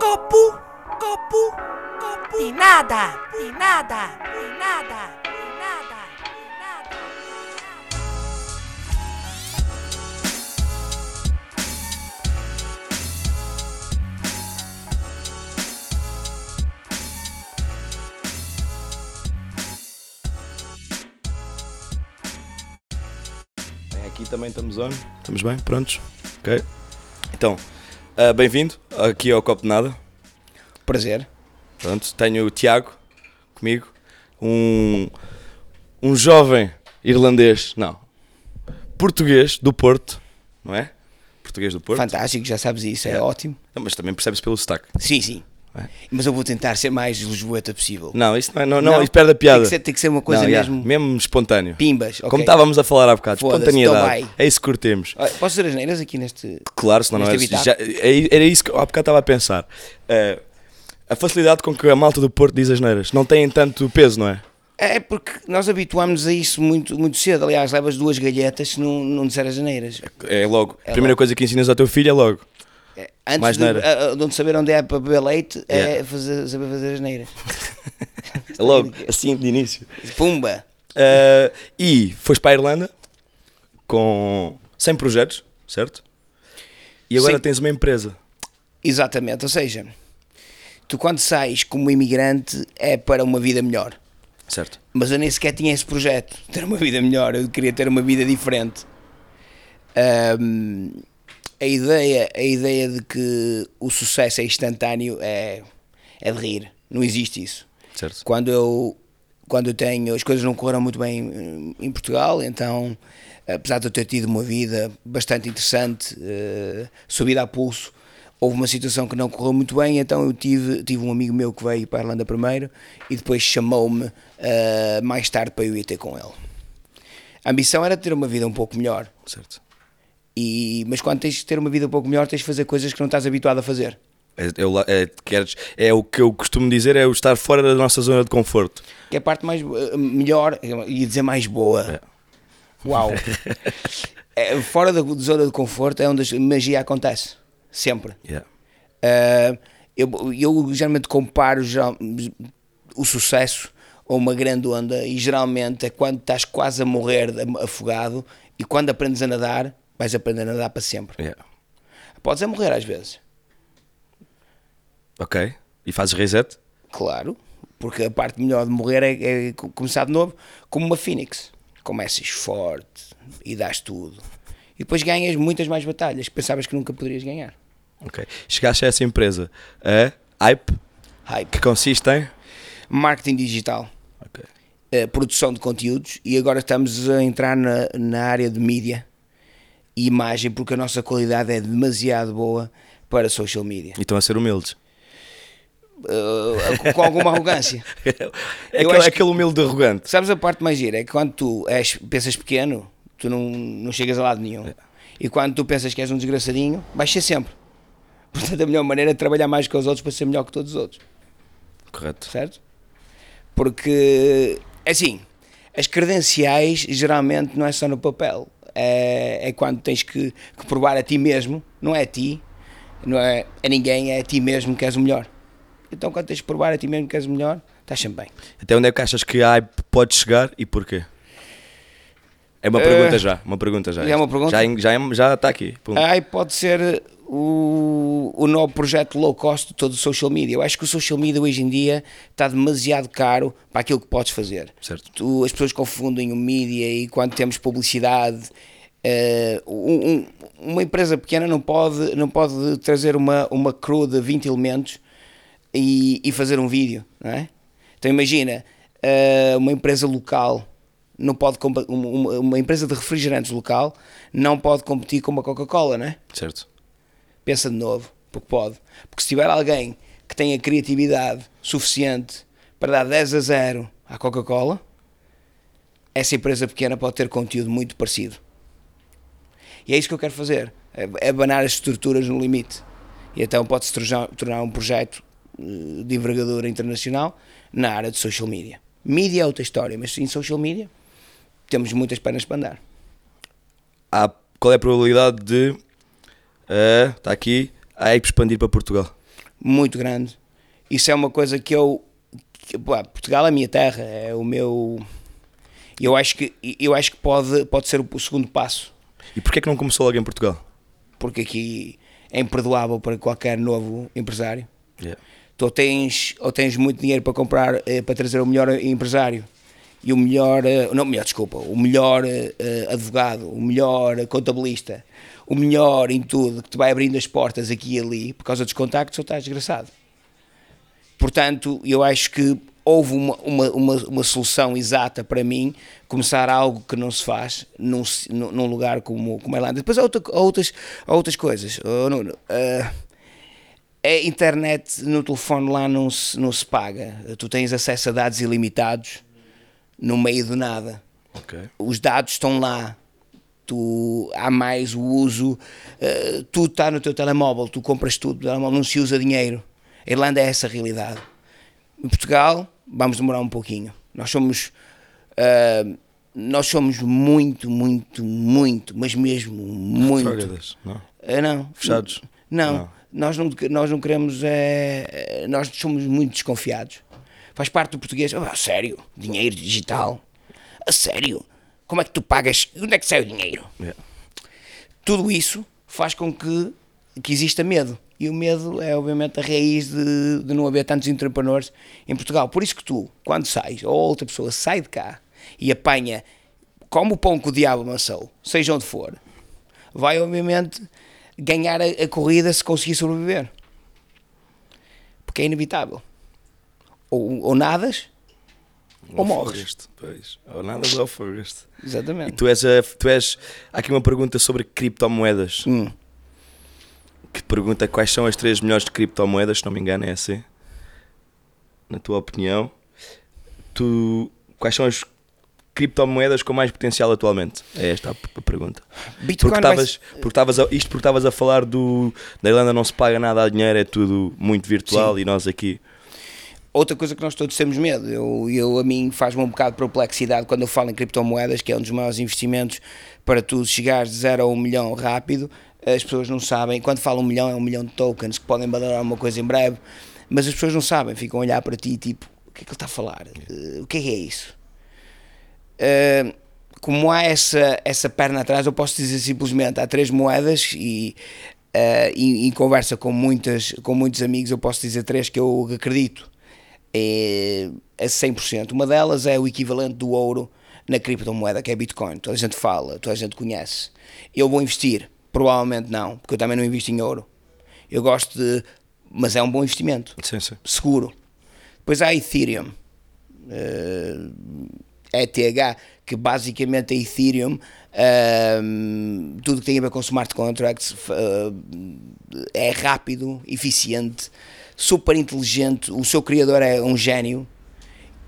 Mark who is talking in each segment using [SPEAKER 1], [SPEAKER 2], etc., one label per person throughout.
[SPEAKER 1] Copo, copo, copo. E nada, e nada, e nada, e nada, e nada.
[SPEAKER 2] Bem, aqui também estamos on. Estamos bem? Prontos? Ok. Então, ah, bem-vindo aqui ao Copo de Nada.
[SPEAKER 3] Prazer.
[SPEAKER 2] Pronto, tenho o Tiago comigo, um, um jovem irlandês, não, português do Porto, não é? Português do Porto.
[SPEAKER 3] Fantástico, já sabes isso, é ótimo.
[SPEAKER 2] Não, mas também percebes pelo sotaque.
[SPEAKER 3] Sim, sim. Mas eu vou tentar ser mais lisboeta possível.
[SPEAKER 2] É. Não, isso não é, não, não, isso perde a piada.
[SPEAKER 3] Tem que ser, tem que ser uma coisa
[SPEAKER 2] Não, yeah,
[SPEAKER 3] mesmo.
[SPEAKER 2] mesmo espontâneo.
[SPEAKER 3] Pimbas, ok.
[SPEAKER 2] Como estávamos a falar há bocado,
[SPEAKER 3] Foda-se,
[SPEAKER 2] espontaneidade.
[SPEAKER 3] então vai.
[SPEAKER 2] É isso que curtemos.
[SPEAKER 3] Olha, Posso dizer as neiras aqui neste.
[SPEAKER 2] Claro, senão não era,
[SPEAKER 3] Neste
[SPEAKER 2] já, é- era isso que há bocado estava a pensar. Eh, a facilidade com que a malta do Porto diz as neiras não têm tanto peso, não é?
[SPEAKER 3] É porque nós habituámos-nos a isso muito, muito cedo. Aliás, levas duas galhetas se não, não disser as neiras.
[SPEAKER 2] É logo. a primeira
[SPEAKER 3] logo.
[SPEAKER 2] coisa que ensinas ao teu filho é logo.
[SPEAKER 3] Antes
[SPEAKER 2] Mais
[SPEAKER 3] de,
[SPEAKER 2] neira.
[SPEAKER 3] a- a- de onde saber onde é para beber leite, é
[SPEAKER 2] Yeah.
[SPEAKER 3] fazer, saber fazer as neiras.
[SPEAKER 2] É logo, assim de início.
[SPEAKER 3] Pumba!
[SPEAKER 2] Eh, e foste para a Irlanda com 100 projetos, certo? E agora
[SPEAKER 3] Sim.
[SPEAKER 2] tens uma empresa.
[SPEAKER 3] Exatamente, ou seja, tu quando sais como imigrante é para uma vida melhor.
[SPEAKER 2] Certo.
[SPEAKER 3] mas eu nem sequer tinha esse projeto ter uma vida melhor, eu queria ter uma vida diferente Ahm, a ideia a ideia de que o sucesso é instantâneo é, é de rir, não existe isso
[SPEAKER 2] Certo.
[SPEAKER 3] quando eu quando eu tenho as coisas não correram muito bem eh, em Portugal então apesar de eu ter tido uma vida bastante interessante eh, subida a pulso houve uma situação que não correu muito bem então eu tive tive um amigo meu que veio para a Irlanda primeiro e depois chamou-me eh, mais tarde para eu ir ter com ele a ambição era ter uma vida um pouco melhor
[SPEAKER 2] Certo.
[SPEAKER 3] e mas quando tens de ter uma vida um pouco melhor tens de fazer coisas que não estás habituado a fazer
[SPEAKER 2] É, é o la- é- queres- é o que eu costumo dizer, é o estar fora da nossa zona de conforto.
[SPEAKER 3] que é a parte mais eh, melhor, eu ia dizer mais boa. Uau! É, fora da zona de conforto é onde a magia acontece. Sempre.
[SPEAKER 2] Yeah.
[SPEAKER 3] Ah, eu, eu geralmente comparo geral- o sucesso a uma grande onda e geralmente é quando estás quase a morrer de- afogado e quando aprendes a nadar, vais aprender a nadar para sempre.
[SPEAKER 2] Yeah.
[SPEAKER 3] Podes é morrer às vezes.
[SPEAKER 2] Ok. E fazes reset?
[SPEAKER 3] Claro, porque a parte melhor de morrer é, é co- começar de novo, como uma Fênix. Começas forte e dás tudo. E depois ganhas muitas mais batalhas que pensavas que nunca poderias ganhar.
[SPEAKER 2] Ok. Chegaste a essa empresa, a Hype,
[SPEAKER 3] Hype.
[SPEAKER 2] que consiste em.
[SPEAKER 3] Marketing digital,
[SPEAKER 2] Ok.
[SPEAKER 3] eh, produção de conteúdos e agora estamos a entrar na, na área de mídia e imagem porque a nossa qualidade é demasiado boa para social media.
[SPEAKER 2] E estão a ser humildes.
[SPEAKER 3] Eh, com- com alguma arrogância.
[SPEAKER 2] é aquele,
[SPEAKER 3] acho que-
[SPEAKER 2] aquele humilde arrogante.
[SPEAKER 3] Sabes a parte mais gira? É que quando tu és, pensas pequeno, tu não, não chegas a lado nenhum. E quando tu pensas que és um desgraçadinho, vais ser sempre. Portanto, a melhor maneira é trabalhar mais que os outros para ser melhor que todos os outros,
[SPEAKER 2] Correto.
[SPEAKER 3] certo? Porque, assim, as credenciais geralmente não é só no papel. É, é quando tens que, que provar a ti mesmo, não é a ti, não é a ninguém, é a ti mesmo que és o melhor. Então, quando tens que provar a ti mesmo que és o melhor, estás sempre bem.
[SPEAKER 2] Até onde é que achas que a Hype pode chegar e porquê? É uma
[SPEAKER 3] Eh,
[SPEAKER 2] pergunta já. Uma pergunta Ah. já.
[SPEAKER 3] já é uma pergunta?
[SPEAKER 2] Já, em- já, em- já está aqui. Pum.
[SPEAKER 3] Ai, pode ser eh, o, o novo projeto low cost de todo o social media. Eu acho que o social media hoje em dia está demasiado caro para aquilo que podes fazer.
[SPEAKER 2] Certo.
[SPEAKER 3] Tu- as pessoas confundem o mídia e quando temos publicidade. eh, um- um- uma empresa pequena não pode, não pode trazer uma, uma crew de 20 elementos e, e fazer um vídeo, não é? Então imagina, eh, uma empresa local não pode compa- uma- uma, uma empresa de refrigerantes local não pode competir com uma Coca-Cola, não é?
[SPEAKER 2] Certo.
[SPEAKER 3] pensa de novo, porque pode. Porque se tiver alguém que tenha criatividade suficiente para dar 10 a 0 à Coca-Cola, essa empresa pequena pode ter conteúdo muito parecido. E é isso que eu quero fazer, é abanar as estruturas no limite. E então pode-se torjar- tornar um projeto eh, de envergadura internacional na área de social media. Mídia é outra história, mas em social media temos muitas pernas para andar.
[SPEAKER 2] Há- qual é a probabilidade de. eh, Está aqui. A Hype expandir para Portugal?
[SPEAKER 3] muito grande. Isso é uma coisa que eu. que, pá, Portugal é a minha terra, é o meu. Eu acho que, eu acho que pode, pode ser o segundo passo,
[SPEAKER 2] E porquê é que não começou logo em Portugal?
[SPEAKER 3] porque aqui é imperdoável para qualquer novo empresário.
[SPEAKER 2] Yeah.
[SPEAKER 3] tu tens, ou tens muito dinheiro para comprar, eh, para trazer o melhor empresário e o melhor, eh, não, melhor, desculpa, o melhor eh, eh, advogado, o melhor contabilista, o melhor em tudo, que te vai abrindo as portas aqui e ali, por causa dos contactos, ou estás desgraçado. Portanto, eu acho que houve uma, uma, uma, uma solução exata para mim começar algo que não se faz num, si- num num lugar como, como a Irlanda. Depois há, outra, há outras, há outras coisas. Oh, Nuno, ah, a internet no telefone lá não se, não se paga. Tu tens acesso a dados ilimitados no meio do nada.
[SPEAKER 2] Ok.
[SPEAKER 3] Os dados estão lá. Tu, há mais o uso. eh, tudo está no teu telemóvel. Tu compras tudo no telemóvel. Não se usa dinheiro. A Irlanda é essa a realidade. Em Portugal, vamos demorar um pouquinho. Nós somos. ah, nós somos muito, muito, muito, mas mesmo muito
[SPEAKER 2] Retrógradas, não?
[SPEAKER 3] ah, não.
[SPEAKER 2] Fechados?
[SPEAKER 3] Não.
[SPEAKER 2] Não.
[SPEAKER 3] Nós, não nós não queremos. eh, nós somos muito desconfiados. Faz parte do português. "Ah, sério? Dinheiro digital? A sério? Como é que tu pagas? Onde é que sai o dinheiro?
[SPEAKER 2] Yeah.
[SPEAKER 3] Tudo isso faz com que, que exista medo. E o medo é, obviamente, a raiz de, de não haver tantos entrepreneurs em Portugal. Por isso que tu, quando sais, ou outra pessoa sai de cá e apanha, como o pão que o diabo amassou, seja onde for, vai, obviamente, ganhar a, a corrida se conseguir sobreviver. Porque é inevitável. Ou, ou nadas, Ou morres. É.
[SPEAKER 2] Alfarragueste, Pois. Ou nada do Alfarragueste. E
[SPEAKER 3] exatamente.
[SPEAKER 2] tu és, a- tu és. Há aqui uma pergunta sobre criptomoedas.
[SPEAKER 3] Hum.
[SPEAKER 2] Que pergunta quais são as três melhores criptomoedas, se não me engano, é assim. Na tua opinião, tu. Quais são as criptomoedas com mais potencial atualmente? É esta a p- a pergunta.
[SPEAKER 3] Bitcoin
[SPEAKER 2] Porque
[SPEAKER 3] vai-
[SPEAKER 2] estavas, porque estavas a, isto porque estavas a falar do. Da Irlanda não se paga nada a dinheiro, é tudo muito virtual e nós aqui.
[SPEAKER 3] Outra coisa que nós todos temos medo, eu, eu a mim faz-me um bocado de perplexidade quando eu falo em criptomoedas, que é um dos maiores investimentos para tu chegares de 0 a 1 milhão rápido, as pessoas não sabem, quando falam 1 milhão é 1 milhão de tokens que podem valorar uma coisa em breve, mas as pessoas não sabem, ficam a olhar para ti tipo, o que é que ele está a falar? Eh, o que é que é isso? Uh, como há essa, essa perna atrás, eu posso dizer simplesmente: há três moedas e. uh, e- em conversa com, muitas, com muitos amigos, eu posso dizer três que eu acredito é, a 100%. Uma delas é o equivalente do ouro na criptomoeda, que é Bitcoin. Toda a gente fala, toda a gente conhece. Eu vou investir? Provavelmente não, porque eu também não invisto em ouro. Eu gosto de. Mas é um bom investimento
[SPEAKER 2] Sim, sim.
[SPEAKER 3] seguro. Depois há a Ethereum, eh, ETH, que basicamente é Ethereum, ehm, tudo que tem a ver com smart contracts f- eh, é rápido, eficiente, super inteligente. O seu criador é um gênio.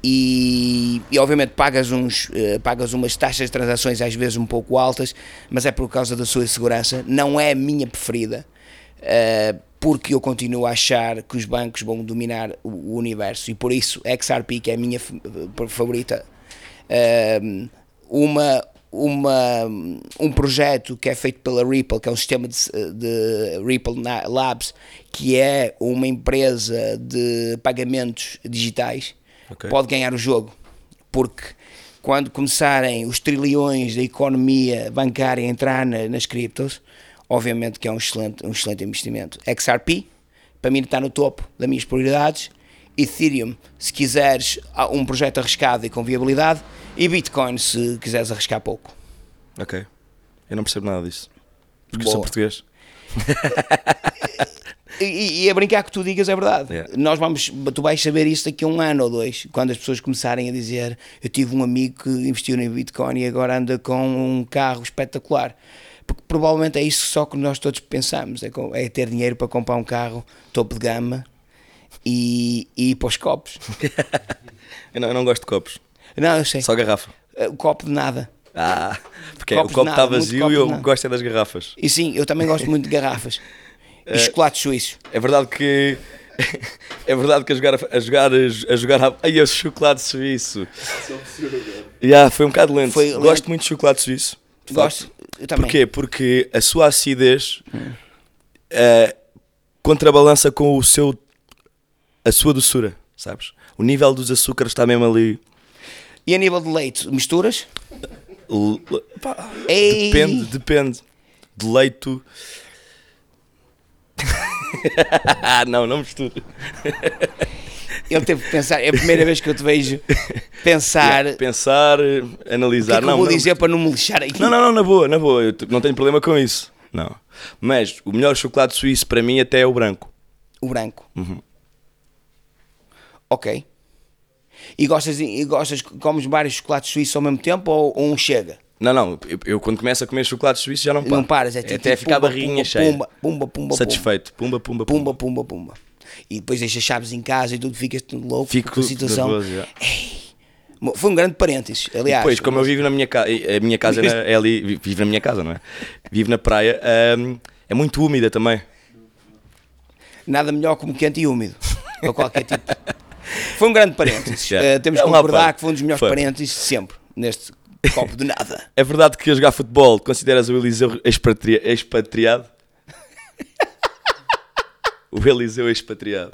[SPEAKER 3] E, e, obviamente pagas, uns, eh, pagas umas taxas de transações às vezes um pouco altas, mas é por causa da sua segurança. Não é a minha preferida, eh, porque eu continuo a achar que os bancos vão dominar o, o universo e por isso XRP, que é a minha f- favorita, um, uma, uma, um projeto que é feito pela Ripple, que é um sistema de, de Ripple Na- Labs, que é uma empresa de pagamentos digitais,
[SPEAKER 2] Ok.
[SPEAKER 3] pode ganhar o jogo. Porque quando começarem os trilhões da economia bancária a entrar na- nas criptos, obviamente que é um excelente, um excelente investimento. XRP, para mim, está no topo das minhas prioridades. Ethereum, se quiseres há um projeto arriscado e com viabilidade. E Bitcoin, se quiseres arriscar pouco.
[SPEAKER 2] Ok. Eu não percebo nada disso. Porque eu sou
[SPEAKER 3] Boa.
[SPEAKER 2] português.
[SPEAKER 3] E, e a brincar que tu digas é verdade.
[SPEAKER 2] Yeah.
[SPEAKER 3] Nós vamos, tu vais saber isso daqui a um ano ou dois, quando as pessoas começarem a dizer eu tive um amigo que investiu em Bitcoin e agora anda com um carro espetacular. Porque provavelmente é isso só que nós todos pensamos, é, com- é ter dinheiro para comprar um carro topo de gama e, e ir para os copos.
[SPEAKER 2] Eu não, eu não gosto de copos.
[SPEAKER 3] Não, eu sei. Eh,
[SPEAKER 2] Só garrafa.
[SPEAKER 3] O copo de nada.
[SPEAKER 2] Ah, porque
[SPEAKER 3] Copos
[SPEAKER 2] o copo
[SPEAKER 3] de
[SPEAKER 2] está
[SPEAKER 3] nada, muito
[SPEAKER 2] vazio
[SPEAKER 3] copos
[SPEAKER 2] e
[SPEAKER 3] de
[SPEAKER 2] eu
[SPEAKER 3] nada.
[SPEAKER 2] gosto é das garrafas.
[SPEAKER 3] E sim, eu também gosto muito de garrafas.
[SPEAKER 2] Eh,
[SPEAKER 3] E chocolate suíço.
[SPEAKER 2] É verdade que. É verdade que a jogar. A jogar. A jogar a... Ai, é o chocolate suíço. yeah, foi um bocado lento.
[SPEAKER 3] Foi
[SPEAKER 2] Gosto
[SPEAKER 3] lento.
[SPEAKER 2] muito de chocolate suíço. de facto.
[SPEAKER 3] Gosto. Eu também.
[SPEAKER 2] Porquê? Porque a sua acidez. eh, contrabalança com o seu a sua doçura, sabes? O nível dos açúcares está mesmo ali.
[SPEAKER 3] E a nível de leite, misturas?
[SPEAKER 2] L- l- pá,
[SPEAKER 3] Ei!
[SPEAKER 2] depende, depende. De leito. não, não misturo.
[SPEAKER 3] Ele teve que pensar, é a primeira vez que eu te vejo pensar o que
[SPEAKER 2] Pensar, eh,
[SPEAKER 3] é
[SPEAKER 2] analisar.
[SPEAKER 3] que
[SPEAKER 2] não,
[SPEAKER 3] eu vou
[SPEAKER 2] não,
[SPEAKER 3] dizer para não me lixar aqui.
[SPEAKER 2] Não, não, não, na boa, na boa. Eu t- não tenho problema com isso. Não. Mas o melhor chocolate suíço para mim até é o branco.
[SPEAKER 3] O branco.
[SPEAKER 2] Uhum.
[SPEAKER 3] Ok. E gostas, e gostas, comes vários chocolates suíços ao mesmo tempo ou, ou um chega?
[SPEAKER 2] Não, não. Eu, eu quando começo a comer chocolate suíço já não paro.
[SPEAKER 3] Não paras, é tipo
[SPEAKER 2] Até ficar a
[SPEAKER 3] pumba,
[SPEAKER 2] barrinha
[SPEAKER 3] pumba,
[SPEAKER 2] cheia.
[SPEAKER 3] Pumba, pumba, pumba,
[SPEAKER 2] Satisfeito. Pumba, pumba, pumba.
[SPEAKER 3] pumba, pumba, pumba, pumba. E depois deixas chaves em casa e tudo, ficas tudo louco
[SPEAKER 2] Fico
[SPEAKER 3] com a situação.
[SPEAKER 2] nervoso, já.
[SPEAKER 3] Foi um grande parênteses,
[SPEAKER 2] E
[SPEAKER 3] aliás.
[SPEAKER 2] depois, como eu vivo na minha casa, a minha casa é, na- é ali, vi- vivo na minha casa, não é? Vivo na praia, hum, é muito úmida também.
[SPEAKER 3] Nada melhor como quente e úmido. Para qualquer tipo. Foi um grande parênteses.
[SPEAKER 2] Yeah.
[SPEAKER 3] Eh, temos que
[SPEAKER 2] É um lapalho.
[SPEAKER 3] concordar que foi um dos melhores
[SPEAKER 2] Foi.
[SPEAKER 3] parênteses de sempre. Neste copo de nada.
[SPEAKER 2] É verdade que a jogar futebol consideras o Eliseu expatria- expatriado? o Eliseu expatriado.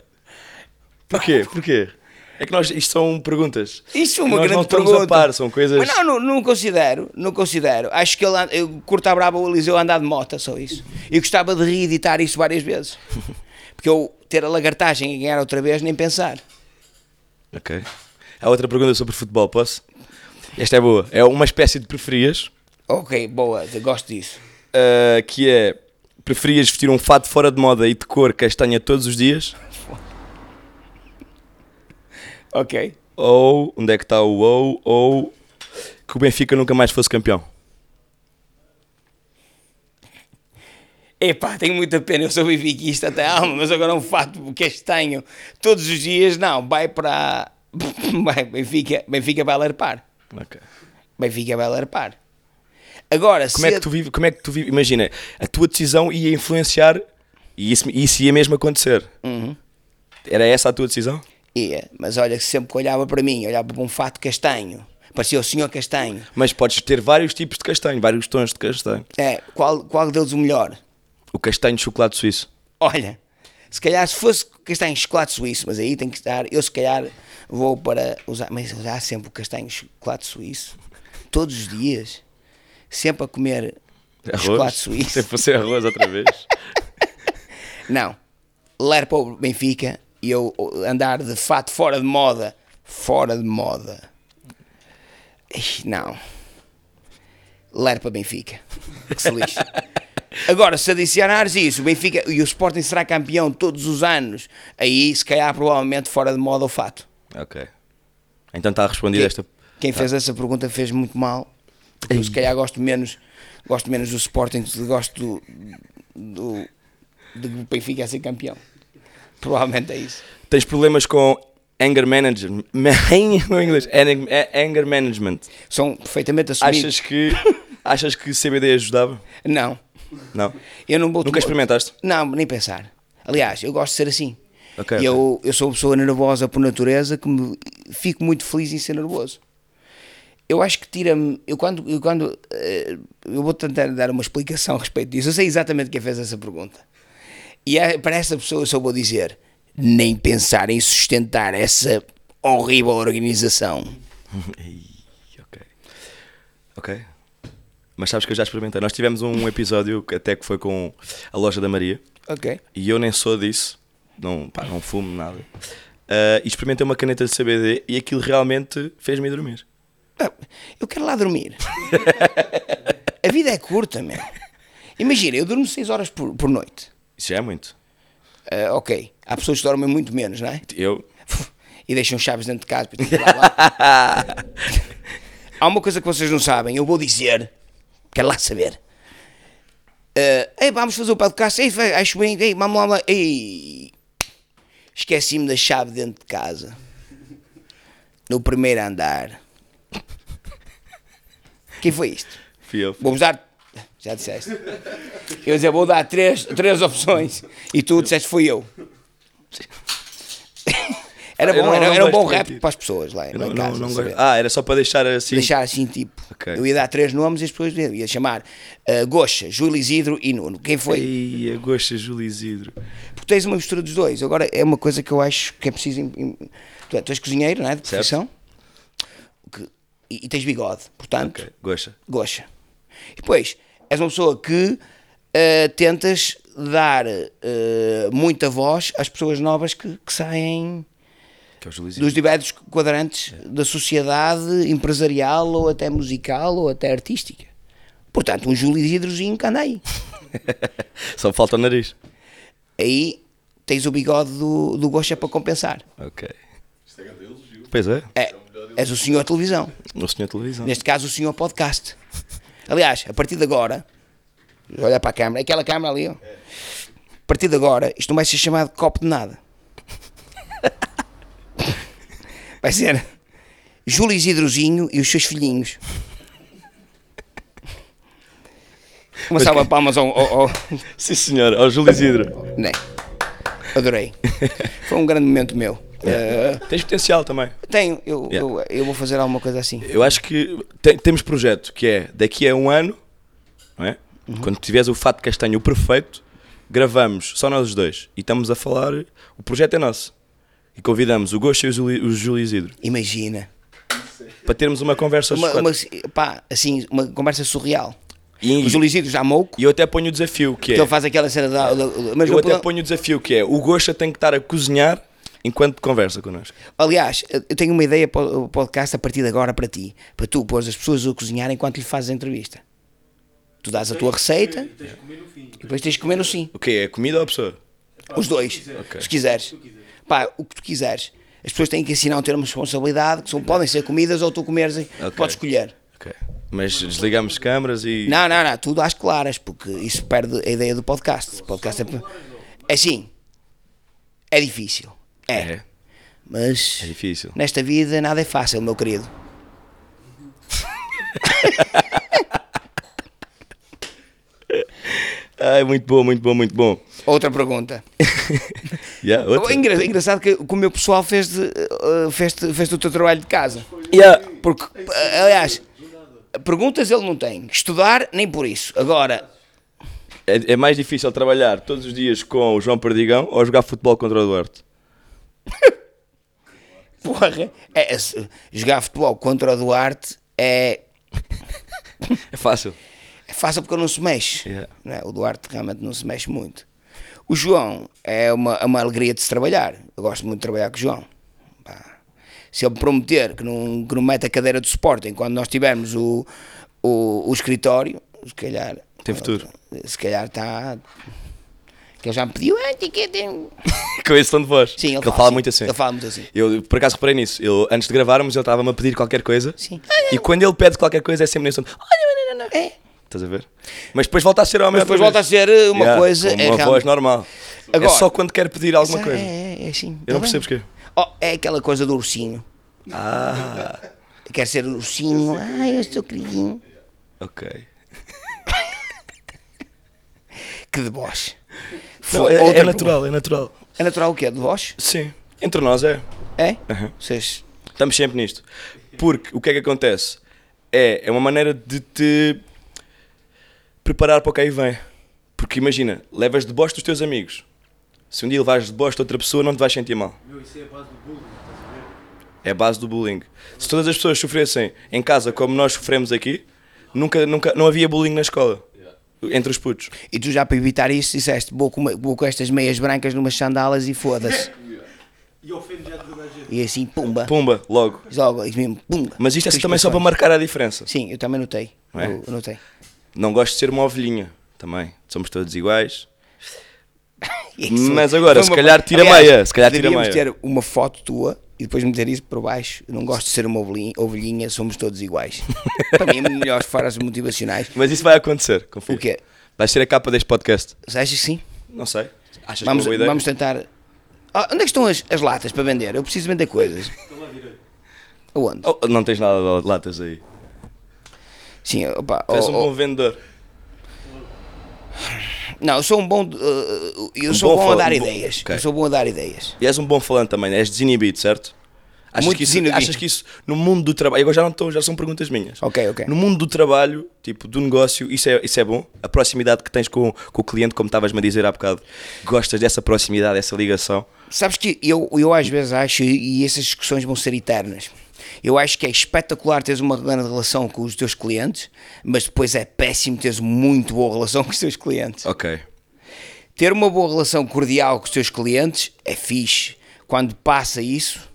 [SPEAKER 2] Porquê? Porquê? É que nós, isto são perguntas.
[SPEAKER 3] Isso foi uma
[SPEAKER 2] nós
[SPEAKER 3] grande
[SPEAKER 2] não estamos
[SPEAKER 3] pergunta.
[SPEAKER 2] a par, são coisas.
[SPEAKER 3] Mas não, não, não considero, não considero. Acho que ele and- eu curto a brava o Eliseu a andar de moto, só isso. Eu gostava de reeditar isso várias vezes. Porque eu ter a lagartagem e ganhar outra vez, nem pensar.
[SPEAKER 2] Ok. Há outra pergunta sobre futebol, posso? Esta é boa. É uma espécie de preferias,
[SPEAKER 3] Ok, boa, eu gosto disso.
[SPEAKER 2] ah, que é preferias vestir um fato fora de moda e de cor castanha todos os dias?
[SPEAKER 3] Ok.
[SPEAKER 2] Ou, onde é que está o ou, ou que o Benfica nunca mais fosse campeão?
[SPEAKER 3] Epá, tenho muita pena, eu sou bifiquista até a alma, mas agora um fato castanho todos os dias, não, vai para. Vai, Benfica, Benfica vai larpar.
[SPEAKER 2] Ok.
[SPEAKER 3] Benfica vai larpar. Agora,
[SPEAKER 2] Como é que tu vives? Como é que tu vives? Imagina, a tua decisão ia influenciar e isso, isso ia mesmo acontecer.
[SPEAKER 3] Uhum.
[SPEAKER 2] Era essa a tua decisão?
[SPEAKER 3] Ia, É, mas olha que sempre que olhava para mim, olhava para um fato castanho, parecia o senhor castanho.
[SPEAKER 2] Mas podes ter vários tipos de castanho, vários tons de castanho.
[SPEAKER 3] É, qual, qual deles o melhor?
[SPEAKER 2] O castanho de chocolate suíço.
[SPEAKER 3] Olha, se calhar se fosse castanho de chocolate suíço, mas aí tem que estar, eu se calhar vou para usar, mas usar sempre o castanho de chocolate suíço, todos os dias, sempre a comer
[SPEAKER 2] Arroz?
[SPEAKER 3] chocolate suíço.
[SPEAKER 2] Se fosse arroz outra vez.
[SPEAKER 3] Não, ler para o Benfica e eu andar de fato fora de moda, fora de moda. Ih, Não, ler para Benfica, que se lixe. Agora, se adicionares isso, o Benfica e o Sporting será campeão todos os anos, aí se calhar provavelmente fora de moda o fato.
[SPEAKER 2] ok. Então está a responder esta.
[SPEAKER 3] Quem fez essa pergunta fez muito mal. porque Eu se calhar gosto menos, gosto menos do Sporting, gosto do, do, do Benfica a ser campeão. Provavelmente é isso.
[SPEAKER 2] Tens problemas com anger management? no inglês. Anger- Anger management.
[SPEAKER 3] São perfeitamente assumidos.
[SPEAKER 2] Achas que, achas que CBD ajudava?
[SPEAKER 3] Não.
[SPEAKER 2] Não.
[SPEAKER 3] Eu não vou
[SPEAKER 2] Nunca experimentaste?
[SPEAKER 3] Não, nem pensar. Aliás, eu gosto de ser assim.
[SPEAKER 2] Ok,
[SPEAKER 3] E Eu, eu sou uma pessoa nervosa por natureza que me- fico muito feliz em ser nervoso. Eu acho que tira-me. Eu quando. Eu, quando eh, eu vou tentar dar uma explicação a respeito disso. Eu sei exatamente quem fez essa pergunta. E é- para essa pessoa eu só vou dizer: nem pensar em sustentar essa horrível organização.
[SPEAKER 2] Ei, ok. Ok. Mas sabes que eu já experimentei. Nós tivemos um episódio que até que foi com a loja da Maria
[SPEAKER 3] Ok.
[SPEAKER 2] e eu nem sou disso. Não, pá, não fumo nada. Ah, e experimentei uma caneta de CBD e aquilo realmente fez-me dormir.
[SPEAKER 3] Ah, Eu quero lá dormir. A vida é curta, meu. Imagina, eu durmo 6 horas por, por noite.
[SPEAKER 2] Isso já é muito.
[SPEAKER 3] Ah, ok. Há pessoas que dormem muito menos, não é?
[SPEAKER 2] Eu.
[SPEAKER 3] E deixam chaves dentro de casa. porque tem que ir lá, lá. Há uma coisa que vocês não sabem, eu vou dizer. Quero lá saber. Ah, ei, vamos fazer o podcast. Ei, vai, acho bem. Ei, vamos lá. vamos lá. Ei. Esqueci-me da chave dentro de casa. No primeiro andar. Quem foi isto?
[SPEAKER 2] Fui eu.
[SPEAKER 3] Vou-vos dar. Já disseste. Eu ia dizer, vou dar três, três opções. E tu disseste, fui eu. Era
[SPEAKER 2] Eu não-
[SPEAKER 3] bom, era,
[SPEAKER 2] não
[SPEAKER 3] era um
[SPEAKER 2] gosto
[SPEAKER 3] bom
[SPEAKER 2] de
[SPEAKER 3] rap
[SPEAKER 2] mentir.
[SPEAKER 3] para as pessoas lá,
[SPEAKER 2] Eu
[SPEAKER 3] lá
[SPEAKER 2] não,
[SPEAKER 3] em
[SPEAKER 2] não,
[SPEAKER 3] casa.
[SPEAKER 2] não
[SPEAKER 3] saber.
[SPEAKER 2] gosto. Ah, era só para deixar assim.
[SPEAKER 3] Deixar assim, tipo,
[SPEAKER 2] Ok.
[SPEAKER 3] eu ia dar três nomes e as pessoas iam- ia chamar ah, Goxa, Júlio Isidro e Nuno. Quem foi?
[SPEAKER 2] Ei, a gosta Júlio Isidro.
[SPEAKER 3] Porque tens uma mistura dos dois. Agora, é uma coisa que eu acho que é preciso. im- im- Tu, tu és cozinheiro, não é? De profissão. Que- e, e tens bigode, portanto,
[SPEAKER 2] Ok, gosta.
[SPEAKER 3] gocha. E depois, és uma pessoa que eh, tentas dar eh, muita voz às pessoas novas que, que saem
[SPEAKER 2] Que é o Júlio Isidro.
[SPEAKER 3] dos diversos quadrantes da sociedade empresarial ou até musical ou até artística. Portanto, um Júlio Isidrozinho que anda aí.
[SPEAKER 2] Só falta o nariz.
[SPEAKER 3] Aí tens o bigode do, do Gocha para compensar.
[SPEAKER 2] Ok. Pois é.
[SPEAKER 3] É, és o senhor televisão.
[SPEAKER 2] O senhor televisão.
[SPEAKER 3] Neste caso, o senhor podcast. Aliás, a partir de agora, olha para a câmara, aquela câmara ali, ó. a partir de agora, isto não vai ser chamado copo de nada. Vai ser Júlio Isidrozinho e os seus filhinhos. Uma salva de palmas ao. ao, ao...
[SPEAKER 2] Sim, senhor. Ó, Júlio Isidro.
[SPEAKER 3] Não. Adorei. Foi um grande momento meu. Eh,
[SPEAKER 2] Tens potencial também.
[SPEAKER 3] tenho, eu,
[SPEAKER 2] Yeah.
[SPEAKER 3] eu, eu vou fazer alguma coisa assim.
[SPEAKER 2] Eu acho que te- temos projeto que é daqui a um ano, não é? Quando tiveres o fato castanho perfeito, gravamos só nós os dois e estamos a falar. O projeto é nosso e convidamos o Gosto e o Júlio, o Júlio Isidro
[SPEAKER 3] Imagina.
[SPEAKER 2] para termos uma conversa. aos
[SPEAKER 3] uma,
[SPEAKER 2] quatro.
[SPEAKER 3] uma, pá, assim, uma conversa surreal.
[SPEAKER 2] E,
[SPEAKER 3] O Júlio Isidro Então já mouco,
[SPEAKER 2] e eu até ponho o desafio que é.
[SPEAKER 3] que ele faz aquela cena da. da- mas
[SPEAKER 2] eu
[SPEAKER 3] não
[SPEAKER 2] até
[SPEAKER 3] podemos-
[SPEAKER 2] ponho o desafio que é. O Gosto tem que estar a cozinhar enquanto conversa connosco.
[SPEAKER 3] Aliás, eu tenho uma ideia para o podcast a partir de agora para ti. Para tu pôres as pessoas a cozinhar enquanto lhe fazes a entrevista. Tu dás a tua receita e depois tens de comer no sim.
[SPEAKER 2] O que é? Comida ou a pessoa?
[SPEAKER 3] Os dois,
[SPEAKER 2] Ok.
[SPEAKER 3] se quiseres. Pá, o que tu quiseres. As pessoas têm que assinar um termo de responsabilidade, que são, podem ser comidas ou tu comeres, podes escolher.
[SPEAKER 2] Ok. Mas desligamos câmaras e.
[SPEAKER 3] Não, não, não, tudo às claras, porque isso perde a ideia do podcast. O podcast é. é Assim, é difícil. É.
[SPEAKER 2] É.
[SPEAKER 3] Mas
[SPEAKER 2] É difícil.
[SPEAKER 3] nesta vida nada é fácil, meu querido.
[SPEAKER 2] Ai, muito bom, muito bom, muito bom.
[SPEAKER 3] Outra pergunta. Oh, é
[SPEAKER 2] Yeah, outra.
[SPEAKER 3] Engra- engraçado que como o meu pessoal fez, de, eh, fez, de- fez o teu trabalho de casa.
[SPEAKER 2] Yeah.
[SPEAKER 3] Porque, eh, aliás, perguntas ele não tem. Estudar, nem por isso. Agora,
[SPEAKER 2] É, é mais difícil trabalhar todos os dias com o João Perdigão ou jogar futebol contra o Duarte?
[SPEAKER 3] porra, é- é- se- jogar futebol contra o Duarte é
[SPEAKER 2] É fácil.
[SPEAKER 3] É fácil porque ele não se mexe.
[SPEAKER 2] Yeah.
[SPEAKER 3] não é? O Duarte realmente não se mexe muito. O João é uma, é uma alegria de se trabalhar. Eu gosto muito de trabalhar com o João. Pá. Se ele me prometer que não, que não mete a cadeira do Sporting quando nós tivermos o, o, o escritório, se calhar.
[SPEAKER 2] Tem futuro.
[SPEAKER 3] Se calhar está. Que ele já me pediu. "Ah, tem que- tem-"
[SPEAKER 2] com esse tom de voz.
[SPEAKER 3] Sim, ele
[SPEAKER 2] Que
[SPEAKER 3] fala assim.
[SPEAKER 2] muito assim.
[SPEAKER 3] Ele fala muito assim.
[SPEAKER 2] Eu, por acaso, reparei nisso. Eu, antes de gravarmos, ele estava-me a pedir qualquer coisa.
[SPEAKER 3] Sim.
[SPEAKER 2] E quando ele pede qualquer coisa, é sempre nesse tom. de, Olha, não, não, não.
[SPEAKER 3] É.
[SPEAKER 2] Estás a ver? Mas depois volta a ser homem.
[SPEAKER 3] Mas depois volta a ser uma coisa.
[SPEAKER 2] Uma
[SPEAKER 3] é realmente-
[SPEAKER 2] voz normal.
[SPEAKER 3] Agora-
[SPEAKER 2] é só quando quer pedir alguma
[SPEAKER 3] É,
[SPEAKER 2] coisa.
[SPEAKER 3] É, é assim.
[SPEAKER 2] Eu não
[SPEAKER 3] Tá bem.
[SPEAKER 2] percebo porquê.
[SPEAKER 3] Oh, é aquela coisa do ursinho. Ah. Quer ser ursinho. Ah, eu sou queridinho.
[SPEAKER 2] Ok.
[SPEAKER 3] Que deboche.
[SPEAKER 2] Não,
[SPEAKER 3] Foi
[SPEAKER 2] é,
[SPEAKER 3] outra
[SPEAKER 2] é natural, é natural.
[SPEAKER 3] pergunta. É natural o quê? Deboche?
[SPEAKER 2] Sim. Entre nós é.
[SPEAKER 3] É?
[SPEAKER 2] Aham.
[SPEAKER 3] Vocês...
[SPEAKER 2] Estamos sempre nisto. Porque o que é que acontece? É, é uma maneira de te preparar para o que aí vem. Porque imagina, levas de bosta os teus amigos. Se um dia levares de bosta outra pessoa, não te vais sentir mal.
[SPEAKER 4] Meu, isso é a base do bullying, estás a ver?
[SPEAKER 2] É a base do bullying. Se todas as pessoas sofressem em casa como nós sofremos aqui, nunca, nunca, não havia bullying na escola. Entre os putos.
[SPEAKER 3] E tu já para evitar isso disseste, vou com, uma- vou com estas meias brancas numas sandalas e foda-se.
[SPEAKER 4] E ofende já toda a gente.
[SPEAKER 3] E assim, pumba.
[SPEAKER 2] Pumba, logo.
[SPEAKER 3] Logo, isso mesmo, pumba.
[SPEAKER 2] Mas isto é
[SPEAKER 3] Três
[SPEAKER 2] também só para
[SPEAKER 3] pressões.
[SPEAKER 2] marcar a diferença.
[SPEAKER 3] Sim, eu também notei.
[SPEAKER 2] Não é?
[SPEAKER 3] Eu eu notei.
[SPEAKER 2] Não gosto de ser uma ovelhinha também. Somos todos iguais.
[SPEAKER 3] Isso.
[SPEAKER 2] Mas agora,
[SPEAKER 3] é Foi
[SPEAKER 2] se
[SPEAKER 3] uma-
[SPEAKER 2] calhar tira
[SPEAKER 3] Aliás,
[SPEAKER 2] meia, se calhar tira
[SPEAKER 3] devíamos
[SPEAKER 2] meia.
[SPEAKER 3] ter uma foto tua e depois meter isso por baixo. Eu não gosto de ser uma ovelhinha, ovelhinha, somos todos iguais. Para mim, é melhor faras motivacionais.
[SPEAKER 2] Mas isso vai acontecer, confio.
[SPEAKER 3] O é quê?
[SPEAKER 2] Vais ser a capa deste podcast.
[SPEAKER 3] Mas achas que sim?
[SPEAKER 2] Não sei. Achas que
[SPEAKER 3] Vamos,
[SPEAKER 2] é uma boa ideia?
[SPEAKER 3] vamos tentar. Ah, onde é que estão as, as latas para vender? Eu preciso vender coisas. Aonde?
[SPEAKER 2] Oh, não tens nada de latas aí.
[SPEAKER 3] Sim, opa.
[SPEAKER 2] Tu és
[SPEAKER 3] oh,
[SPEAKER 2] um
[SPEAKER 3] oh,
[SPEAKER 2] bom vendedor.
[SPEAKER 3] Não, eu sou um bom. eh, eu
[SPEAKER 2] Um
[SPEAKER 3] sou
[SPEAKER 2] bom
[SPEAKER 3] bom, a
[SPEAKER 2] fala-
[SPEAKER 3] dar
[SPEAKER 2] um bom-
[SPEAKER 3] ideias.
[SPEAKER 2] ok.
[SPEAKER 3] Eu sou bom a dar ideias.
[SPEAKER 2] E és um bom falante também, és desinibido, certo? Achas,
[SPEAKER 3] Muito
[SPEAKER 2] que isso,
[SPEAKER 3] desinibido.
[SPEAKER 2] achas que isso no mundo do trabalho. Agora já não estou, já são perguntas minhas.
[SPEAKER 3] Ok, ok.
[SPEAKER 2] No mundo do trabalho, tipo, do negócio, isso é, isso é bom? A proximidade que tens com, com o cliente, como estavas-me a dizer há bocado, gostas dessa proximidade, dessa ligação?
[SPEAKER 3] Sabes que eu, eu às vezes acho, e essas discussões vão ser eternas, eu acho que é espetacular teres uma grande relação com os teus clientes, mas depois é péssimo teres muito boa relação com os teus clientes.
[SPEAKER 2] Ok.
[SPEAKER 3] Ter uma boa relação cordial com os teus clientes é fixe. Quando passa isso,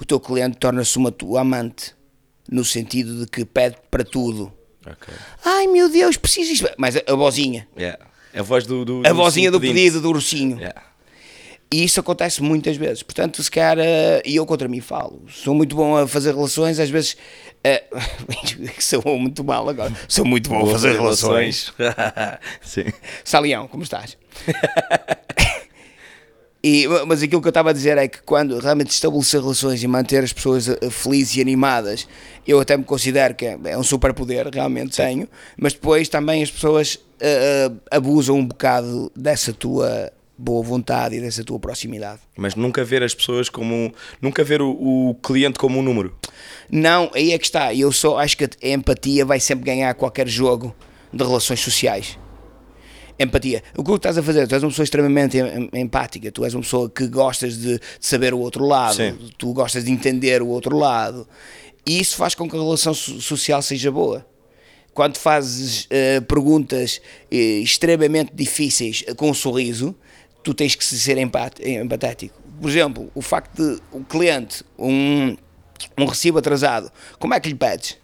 [SPEAKER 3] o teu cliente torna-se uma tua amante, no sentido de que pede para tudo.
[SPEAKER 2] Ok.
[SPEAKER 3] Ai meu Deus, preciso isto. Mas a, a vozinha,
[SPEAKER 2] Yeah. A voz do. do
[SPEAKER 3] a
[SPEAKER 2] do
[SPEAKER 3] vozinha do
[SPEAKER 2] pedinte.
[SPEAKER 3] pedido do ursinho.
[SPEAKER 2] Yeah.
[SPEAKER 3] E isso acontece muitas vezes. Portanto, se calhar, eh, e eu contra mim falo, sou muito bom a fazer relações, às vezes. eh, sou muito mal agora. Sou muito bom a fazer relações.
[SPEAKER 2] Sim.
[SPEAKER 3] Salião, como estás? E, mas aquilo que eu estava a dizer é que quando realmente estabelecer relações e manter as pessoas eh, felizes e animadas, eu até me considero que é é um superpoder, realmente tenho, mas depois também as pessoas eh, eh, abusam um bocado dessa tua boa vontade e dessa tua proximidade.
[SPEAKER 2] Mas nunca ver as pessoas como. um- Nunca ver o, o cliente como um número.
[SPEAKER 3] Não, aí é que está. Eu só acho que a empatia vai sempre ganhar qualquer jogo de relações sociais. Empatia. O que tu estás a fazer? Tu és uma pessoa extremamente em- em- empática, tu és uma pessoa que gostas de, de saber o outro lado,
[SPEAKER 2] Sim.
[SPEAKER 3] tu gostas de entender o outro lado. E isso faz com que a relação so- social seja boa. Quando fazes eh, perguntas eh, extremamente difíceis eh, com um sorriso, tu tens que ser empat- empatético. Por exemplo, o facto de o cliente, um, um recibo atrasado, como é que lhe pedes?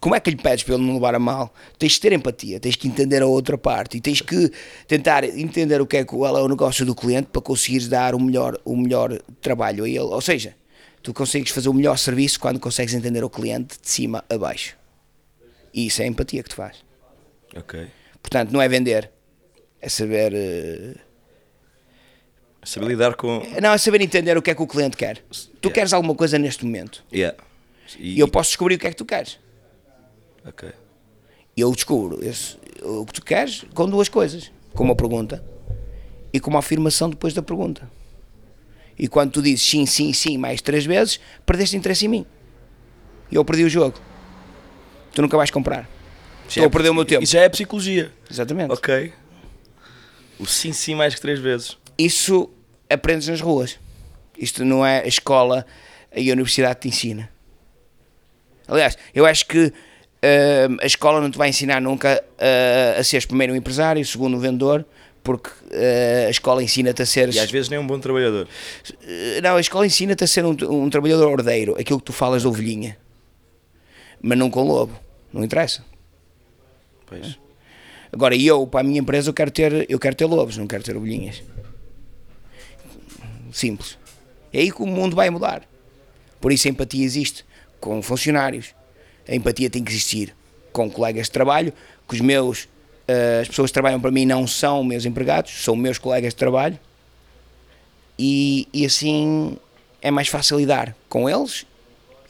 [SPEAKER 3] Como é que lhe pedes para ele não levar a mal? Tens de ter empatia, tens que entender a outra parte e tens que tentar entender o que é que qual é o negócio do cliente para conseguires dar o melhor, o melhor trabalho a ele. Ou seja, tu consegues fazer o melhor serviço quando consegues entender o cliente de cima a baixo. E isso é a empatia que tu faz.
[SPEAKER 2] Ok.
[SPEAKER 3] Portanto, não é vender, é saber. eh,
[SPEAKER 2] Saber lidar com.
[SPEAKER 3] Não, é saber entender o que é que o cliente quer. Tu
[SPEAKER 2] Yeah.
[SPEAKER 3] queres alguma coisa neste momento
[SPEAKER 2] Yeah.
[SPEAKER 3] e eu posso descobrir o que é que tu queres.
[SPEAKER 2] Ok.
[SPEAKER 3] E eu descubro esse- o que tu queres com duas coisas: com uma pergunta e com uma afirmação depois da pergunta. E quando tu dizes sim, sim, sim mais três vezes, perdeste interesse em mim. E eu perdi o jogo. Tu nunca vais comprar. Estou a perder o meu tempo.
[SPEAKER 2] Isso já é psicologia.
[SPEAKER 3] Exatamente.
[SPEAKER 2] Ok. O sim, sim, mais que três vezes.
[SPEAKER 3] Isso aprendes nas ruas. Isto não é a escola e a universidade te ensina. Aliás, eu acho que hum, a escola não te vai ensinar nunca uh, a seres primeiro um empresário, segundo um vendedor, porque uh, a escola ensina-te a seres.
[SPEAKER 2] E às vezes nem um bom trabalhador.
[SPEAKER 3] Uh, Não, a escola ensina-te a ser um, um trabalhador ordeiro, aquilo que tu falas de ovelhinha, mas não com lobo, não interessa.
[SPEAKER 2] Pois.
[SPEAKER 3] Agora, eu, para a minha empresa, eu quero ter, eu quero ter lobos, não quero ter ovelhinhas. Simples. É aí que o mundo vai mudar. Por isso a empatia existe com funcionários. A empatia tem que existir com colegas de trabalho, que os meus, eh, as pessoas que trabalham para mim não são meus empregados, são meus colegas de trabalho. E, e assim é mais fácil lidar com eles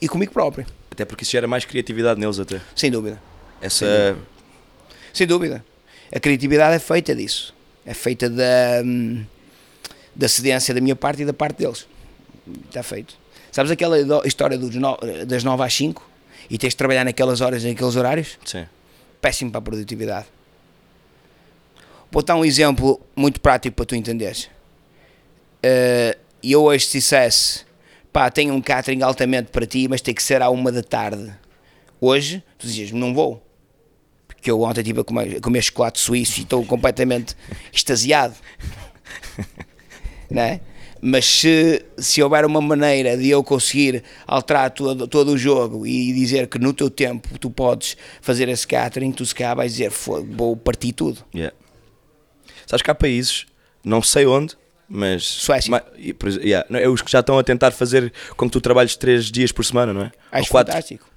[SPEAKER 3] e comigo próprio,
[SPEAKER 2] Até porque isso gera mais criatividade neles até.
[SPEAKER 3] sem dúvida.
[SPEAKER 2] Essa.
[SPEAKER 3] Sem dúvida. A criatividade é feita disso. É feita da, hum, da cedência da minha parte e da parte deles. Está feito. Sabes aquela do- história dos no- das 9 às 5 e tens de trabalhar naquelas horas e naqueles horários?
[SPEAKER 2] Sim.
[SPEAKER 3] Péssimo para a produtividade. Vou dar um exemplo muito prático para tu entenderes. Eh, eu hoje te dissesse, pá, tenho um catering altamente para ti, mas tem que ser à uma da tarde. Hoje, tu dizias-me, não vou. Porque eu ontem estive a comer, a comer chocolate suíço e estou completamente extasiado. não é? Mas se, se houver uma maneira de eu conseguir alterar todo, todo o jogo e dizer que no teu tempo tu podes fazer esse catering, tu se calhar vais dizer, "Fo- vou partir tudo.
[SPEAKER 2] Yeah. Sabes que há países, não sei onde, mas.
[SPEAKER 3] Suécia.
[SPEAKER 2] Ma- e, por exe- yeah, não, É os que já estão a tentar fazer com que tu trabalhes três dias por semana, não é?
[SPEAKER 3] Acho
[SPEAKER 2] Ou quatro.
[SPEAKER 3] fantástico.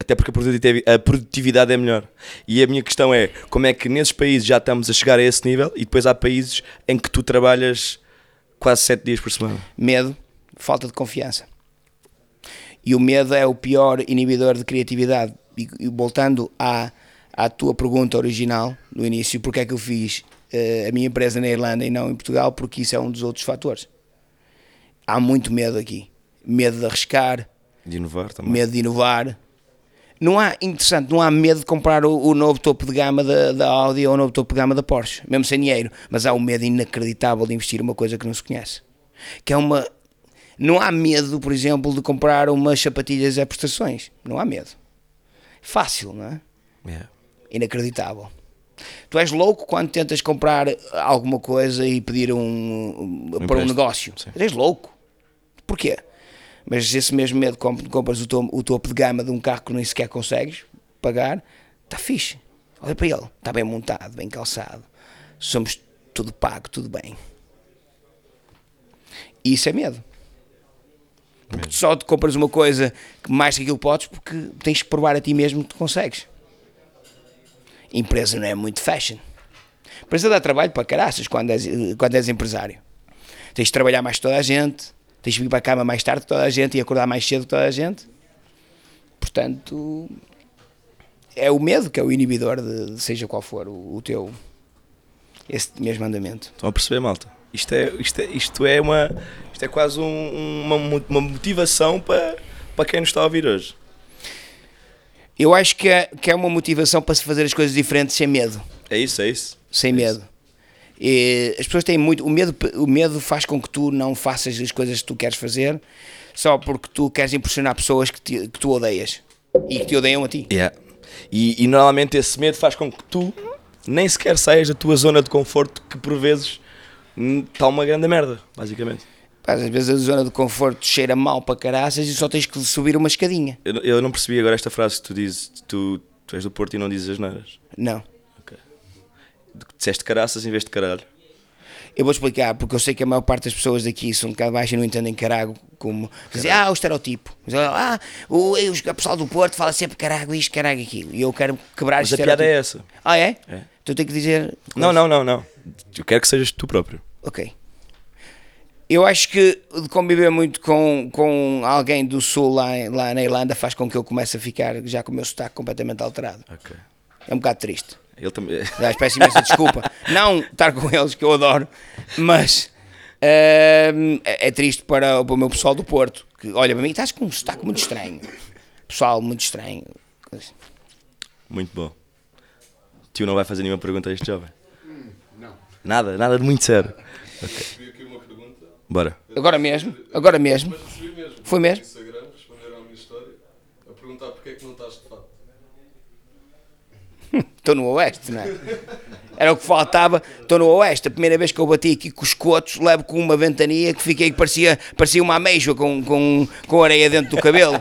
[SPEAKER 2] Até porque a produtivi- a produtividade é melhor. E a minha questão é: como é que nesses países já estamos a chegar a esse nível e depois há países em que tu trabalhas quase sete dias por semana?
[SPEAKER 3] Medo, falta de confiança. E o medo é o pior inibidor de criatividade. E, e voltando à, à tua pergunta original, no início, porque é que eu fiz eh, a minha empresa na Irlanda e não em Portugal, porque isso é um dos outros fatores. Há muito medo aqui. Medo de arriscar,
[SPEAKER 2] De inovar também.
[SPEAKER 3] medo de inovar. Não há, interessante, não há medo de comprar o, o novo topo de gama da, da Audi ou o novo topo de gama da Porsche, mesmo sem dinheiro, mas há um medo inacreditável de investir uma coisa que não se conhece. Que é uma. Não há medo, por exemplo, de comprar umas sapatilhas a prestações. Não há medo. Fácil, não é?
[SPEAKER 2] Yeah.
[SPEAKER 3] Inacreditável. Tu és louco quando tentas comprar alguma coisa e pedir um, um para um
[SPEAKER 2] empréstimo,
[SPEAKER 3] negócio.
[SPEAKER 2] sim.
[SPEAKER 3] És louco. Porquê? Mas esse mesmo medo quando compras o, tom- o topo de gama de um carro que nem sequer consegues pagar, está fixe. Olha para ele, está bem montado, bem calçado. Somos tudo pago, tudo bem. E isso é medo. Porque tu só te compras uma coisa que mais que aquilo podes porque tens que provar a ti mesmo que tu consegues empresa não é muito fashion. Empresa dá trabalho para caraças quando és, quando és empresário. Tens de trabalhar mais que toda a gente, tens de vir para a cama mais tarde que toda a gente e acordar mais cedo que toda a gente. Portanto, é o medo que é o inibidor de, de seja qual for o, o teu, esse mesmo andamento.
[SPEAKER 2] Estão a perceber, malta? Isto é, isto é, isto é, uma, isto é quase um- uma, mo- uma motivação para, para quem nos está a ouvir hoje.
[SPEAKER 3] Eu acho que é, que é uma motivação para se fazer as coisas diferentes sem medo.
[SPEAKER 2] É isso, é isso.
[SPEAKER 3] sem medo. E as pessoas têm muito. O medo, o medo faz com que tu não faças as coisas que tu queres fazer só porque tu queres impressionar pessoas que, te- que tu odeias e que te odeiam a ti.
[SPEAKER 2] Yeah. E, e normalmente esse medo faz com que tu nem sequer saias da tua zona de conforto que por vezes hum, está uma grande merda, basicamente.
[SPEAKER 3] Pá, Às vezes a zona de conforto cheira mal para caraças e só tens que subir uma escadinha.
[SPEAKER 2] Eu, eu não percebi agora esta frase que tu dizes, tu, tu és do Porto e não dizes as neiras.
[SPEAKER 3] Não.
[SPEAKER 2] Disseste caraças em vez de caralho.
[SPEAKER 3] Eu vou explicar, porque eu sei que a maior parte das pessoas daqui são um bocado baixas e não entendem carago como. Dizer, ah, o estereotipo. Mas, Ah, o, o pessoal do Porto fala sempre carago isto, carago aquilo. E eu quero quebrar
[SPEAKER 2] Mas
[SPEAKER 3] este
[SPEAKER 2] a piada é
[SPEAKER 3] estereotipo.
[SPEAKER 2] essa.
[SPEAKER 3] Ah, é?
[SPEAKER 2] É.
[SPEAKER 3] Tu tens que dizer.
[SPEAKER 2] Não, não, não, não. Eu quero que sejas tu próprio.
[SPEAKER 3] Ok. Eu acho que de conviver muito com, com alguém do Sul lá, em- lá na Irlanda faz com que eu comece a ficar já com o meu sotaque completamente alterado.
[SPEAKER 2] Ok.
[SPEAKER 3] É um bocado triste.
[SPEAKER 2] Ele também. é.
[SPEAKER 3] Aliás, peço imensa desculpa. Não estar com eles, que eu adoro, mas ehm, é é triste para, o- para o meu pessoal do Porto, que olha para mim, estás com um sotaque muito estranho. Pessoal, muito estranho.
[SPEAKER 2] Muito bom. O tio não vai fazer nenhuma pergunta a este jovem? Não. Nada, nada de muito sério.
[SPEAKER 5] Hum, Recebi aqui uma pergunta,
[SPEAKER 2] Bora.
[SPEAKER 3] Agora mesmo, agora mesmo.
[SPEAKER 5] mas recebi mesmo.
[SPEAKER 3] Foi mesmo?
[SPEAKER 5] No Instagram, responderam à minha história, a perguntar porque é que não estás de fato.
[SPEAKER 3] Estou no Oeste, não é? Era o que faltava. Estou no Oeste. A primeira vez que eu bati aqui com os cotos, levo com uma ventania que fiquei que parecia, parecia uma ameijoa com, com, com areia dentro do cabelo.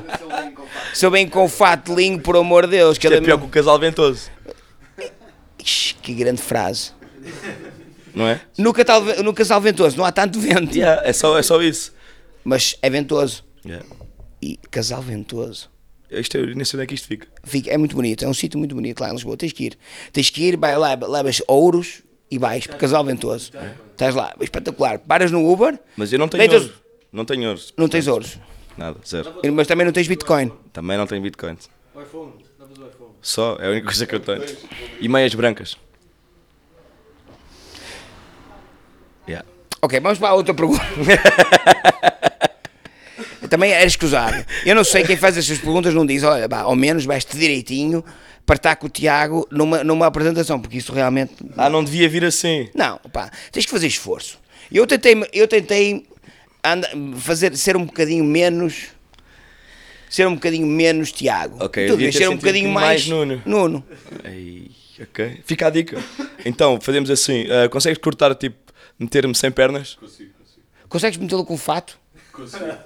[SPEAKER 3] Sou bem com fato linho, por amor de Deus.
[SPEAKER 2] Isto
[SPEAKER 3] cada
[SPEAKER 2] é pior que o casal ventoso,
[SPEAKER 3] Ixi, que grande frase.
[SPEAKER 2] não é?
[SPEAKER 3] No casal, no casal ventoso não há tanto vento,
[SPEAKER 2] Yeah, é, só, é só isso.
[SPEAKER 3] mas é ventoso.
[SPEAKER 2] Yeah.
[SPEAKER 3] E casal ventoso.
[SPEAKER 2] Isto, eu nem sei onde é que isto fica.
[SPEAKER 3] Fica- é muito bonito, é um sítio muito bonito lá em Lisboa. Tens que ir, tens que ir, vai lá, levas ouros e vais para Casal Ventoso.
[SPEAKER 2] É.
[SPEAKER 3] Estás lá, espetacular. Paras no Uber,
[SPEAKER 2] Mas eu não tenho
[SPEAKER 3] Deitas-
[SPEAKER 2] ouro. Não tenho ouro.
[SPEAKER 3] não tens ouros,
[SPEAKER 2] Nada, zero.
[SPEAKER 3] mas também não tens Bitcoin.
[SPEAKER 2] Também não tenho Bitcoin.
[SPEAKER 4] O iPhone, davas o iPhone.
[SPEAKER 2] Só, é a única coisa que eu tenho. E meias brancas. Yeah.
[SPEAKER 3] Ok, vamos para a outra pergunta. também era escusado. Eu não sei quem faz estas perguntas não diz, olha, pá, ao menos vais-te direitinho para estar com o Tiago numa, numa apresentação, porque isso realmente
[SPEAKER 2] Ah, não devia vir assim.
[SPEAKER 3] Não, pá, tens que fazer esforço. Eu tentei, eu tentei anda- fazer, ser um bocadinho menos. Ser um bocadinho menos Tiago.
[SPEAKER 2] Ok,
[SPEAKER 3] E
[SPEAKER 2] eu devia
[SPEAKER 3] devias
[SPEAKER 2] ter
[SPEAKER 3] ser um
[SPEAKER 2] sentido
[SPEAKER 3] bocadinho mais,
[SPEAKER 2] mais Nuno.
[SPEAKER 3] Nuno.
[SPEAKER 2] Ei, ok. Fica a dica. Então, fazemos assim. ah, consegues cortar, tipo, meter-me sem pernas?
[SPEAKER 5] Consigo, consigo.
[SPEAKER 3] Consegues metê-lo com fato?
[SPEAKER 5] Consigo. também.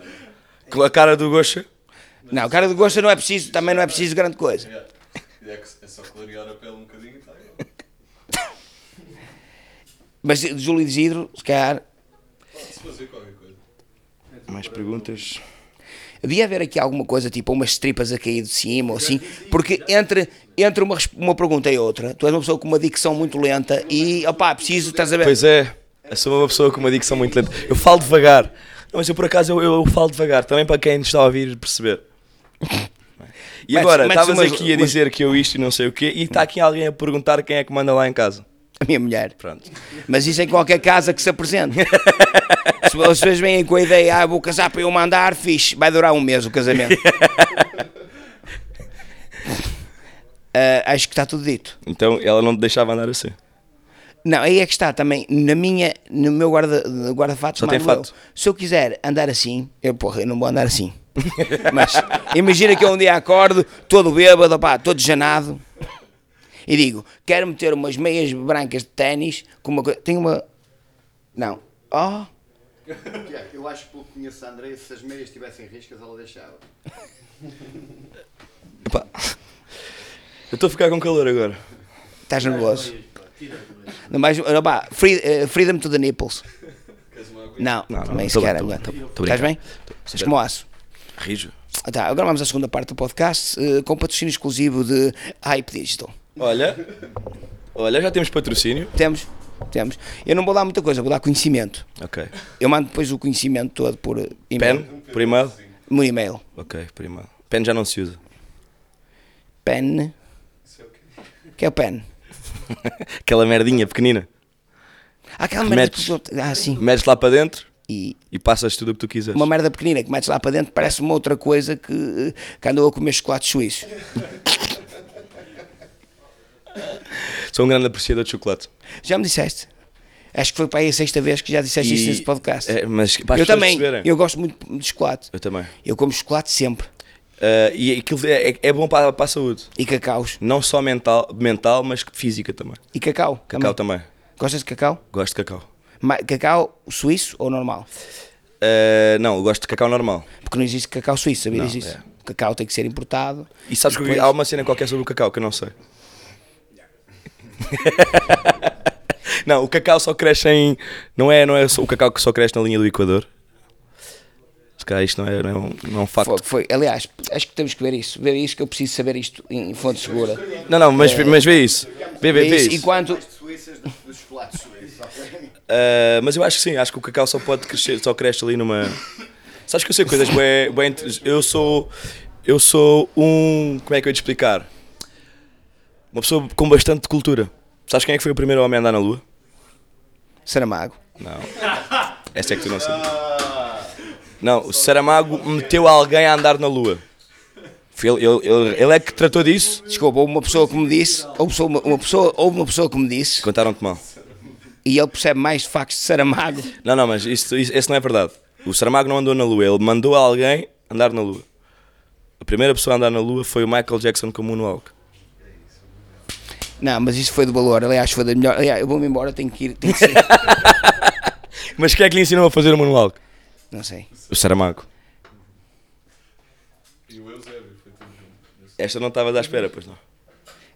[SPEAKER 2] Com a cara do Gosha?
[SPEAKER 3] Não, o cara de gosto não é preciso, também não é preciso grande coisa.
[SPEAKER 5] Yeah. E É, que é só clarear a pele um bocadinho e está aí.
[SPEAKER 3] Mas de Júlio Isidro, se calhar.
[SPEAKER 5] Pode-se fazer qualquer coisa.
[SPEAKER 2] Mais perguntas?
[SPEAKER 3] Devia haver aqui alguma coisa, tipo umas tripas a cair de cima ou assim, porque entre, entre uma, resp- uma pergunta e outra, tu és uma pessoa com uma dicção muito lenta e, opá, preciso, estás a ver?
[SPEAKER 2] Pois é. Eu sou uma pessoa com uma dicção muito lenta. Eu falo devagar. Não, mas eu, por acaso, eu, eu falo devagar. Também para quem nos está a ouvir perceber. E
[SPEAKER 3] Metes-
[SPEAKER 2] agora,
[SPEAKER 3] metes
[SPEAKER 2] estavas
[SPEAKER 3] umas-
[SPEAKER 2] aqui a
[SPEAKER 3] umas-
[SPEAKER 2] dizer que eu isto e não sei o quê, e está aqui alguém a perguntar quem é que manda lá em casa.
[SPEAKER 3] A minha mulher.
[SPEAKER 2] Pronto.
[SPEAKER 3] Mas isso em qualquer casa que se apresente. se vocês vêm com a ideia, ah, vou casar para eu mandar, fixe, vai durar um mês o casamento. Ah, acho que está tudo dito.
[SPEAKER 2] Então ela não te deixava andar assim.
[SPEAKER 3] Não, aí é que está também, na minha, no meu guarda- guarda-fatos,
[SPEAKER 2] Só tem
[SPEAKER 3] mando eu.
[SPEAKER 2] fato.
[SPEAKER 3] se eu quiser andar assim, eu, porra, eu não vou andar assim. Mas imagina que eu um dia acordo, todo bêbado, pá, todo janado, e digo, quero meter umas meias brancas de ténis com uma coisa, tem uma, não, oh,
[SPEAKER 6] Tiago, eu acho que pelo que conheço a André, se as meias tivessem riscas, ela deixava.
[SPEAKER 2] Epá. Eu estou a ficar com calor agora.
[SPEAKER 3] Estás nervoso. Não mais, não, pá, free- eh, freedom to the nipples. Não,
[SPEAKER 2] Não, não,
[SPEAKER 3] também
[SPEAKER 2] tô
[SPEAKER 3] se quer.
[SPEAKER 2] bem, tô
[SPEAKER 3] aguenta.
[SPEAKER 2] bem, tô
[SPEAKER 3] Estás
[SPEAKER 2] brincando.
[SPEAKER 3] bem? Estás como aço.
[SPEAKER 2] Rijo.
[SPEAKER 3] Ah, Tá, agora vamos à segunda parte do podcast eh, com patrocínio exclusivo de Hype Digital.
[SPEAKER 2] Olha. Olha, já temos patrocínio.
[SPEAKER 3] Temos? Temos. Eu não vou dar muita coisa, vou dar conhecimento.
[SPEAKER 2] Ok.
[SPEAKER 3] Eu mando depois o conhecimento todo por eh, e-mail.
[SPEAKER 2] Pen? Por e-mail?
[SPEAKER 3] No e-mail.
[SPEAKER 2] Ok, por e-mail. Pen já não se usa.
[SPEAKER 3] Pen. Que é o pen?
[SPEAKER 2] Aquela merdinha pequenina.
[SPEAKER 3] Ah, Aquela merda
[SPEAKER 2] Metes.
[SPEAKER 3] que... os- Ah, sim.
[SPEAKER 2] Metes lá para dentro
[SPEAKER 3] E
[SPEAKER 2] e passas tudo o que tu quiseres.
[SPEAKER 3] uma merda pequenina que metes lá para dentro parece uma outra coisa que, eh, que andou a comer chocolate suíço.
[SPEAKER 2] Sou um grande apreciador de chocolate.
[SPEAKER 3] Já me disseste. Acho que foi para aí a sexta vez que já disseste isso
[SPEAKER 2] E-
[SPEAKER 3] nesse podcast.
[SPEAKER 2] É, mas para as
[SPEAKER 3] eu
[SPEAKER 2] pessoas
[SPEAKER 3] também.
[SPEAKER 2] perceberem.
[SPEAKER 3] Eu gosto muito de chocolate.
[SPEAKER 2] Eu também.
[SPEAKER 3] Eu como chocolate sempre.
[SPEAKER 2] Ah, e aquilo é, é- é bom para, para a saúde.
[SPEAKER 3] E cacaus.
[SPEAKER 2] Não só mental, mental, mas que física também.
[SPEAKER 3] E cacau.
[SPEAKER 2] Cacau
[SPEAKER 3] também.
[SPEAKER 2] também.
[SPEAKER 3] Gostas de cacau?
[SPEAKER 2] Gosto de cacau.
[SPEAKER 3] Ma- Cacau suíço ou normal?
[SPEAKER 2] Ah, não, eu gosto de cacau normal.
[SPEAKER 3] Porque não existe cacau suíço, sabias
[SPEAKER 2] Não,
[SPEAKER 3] isso?
[SPEAKER 2] é.
[SPEAKER 3] Cacau tem que ser importado.
[SPEAKER 2] E sabes que
[SPEAKER 3] Depois-
[SPEAKER 2] há uma cena qualquer sobre o cacau que eu não sei. não, o cacau só cresce em. Não é, não é só- o cacau que só cresce na linha do Equador. Se calhar isto não é, não é um, não é um facto.
[SPEAKER 3] Foi, foi- Aliás, acho que temos que ver isso. Ver isso que eu preciso saber isto em fonte segura.
[SPEAKER 2] Não, não, mas, mas vê isso. Vê, vê,
[SPEAKER 3] É. Vê
[SPEAKER 2] vê
[SPEAKER 3] isso.
[SPEAKER 2] isso.
[SPEAKER 3] Enquanto.
[SPEAKER 6] Mais de suíças do que dos chocolates suíços, ok?
[SPEAKER 2] Ah, mas eu acho que sim, acho que o cacau só pode crescer, só cresce ali numa. Sabes que eu sei coisas bem. bem inter- eu sou. Eu sou um. Como é que eu ia te explicar? Uma pessoa com bastante cultura. Sabes quem é que foi o primeiro homem a andar na Lua?
[SPEAKER 3] Saramago.
[SPEAKER 2] Não. Essa é que tu não sabes. Não, o Saramago meteu alguém a andar na lua. Foi Ele, ele, ele- ele é que tratou disso?
[SPEAKER 3] Desculpa, houve uma pessoa que me disse. Houve só uma, uma pessoa, houve uma pessoa que me disse.
[SPEAKER 2] Contaram-te mal.
[SPEAKER 3] E ele percebe mais de factos de Saramago.
[SPEAKER 2] Não, não, mas isso, isso, esse não é verdade. O Saramago não andou na lua, ele mandou alguém andar na lua. A primeira pessoa a andar na lua foi o Michael Jackson com o Moonwalk.
[SPEAKER 3] Não, mas isso foi do valor. Aliás, foi da melhor. Aliás, eu vou-me embora, tenho que ir. Tenho que sair.
[SPEAKER 2] Mas quem é que lhe ensinou a fazer o Moonwalk?
[SPEAKER 3] não sei.
[SPEAKER 2] O Saramago.
[SPEAKER 5] E o Eusébio foi tudo junto.
[SPEAKER 2] Esta não estavas à espera, pois não.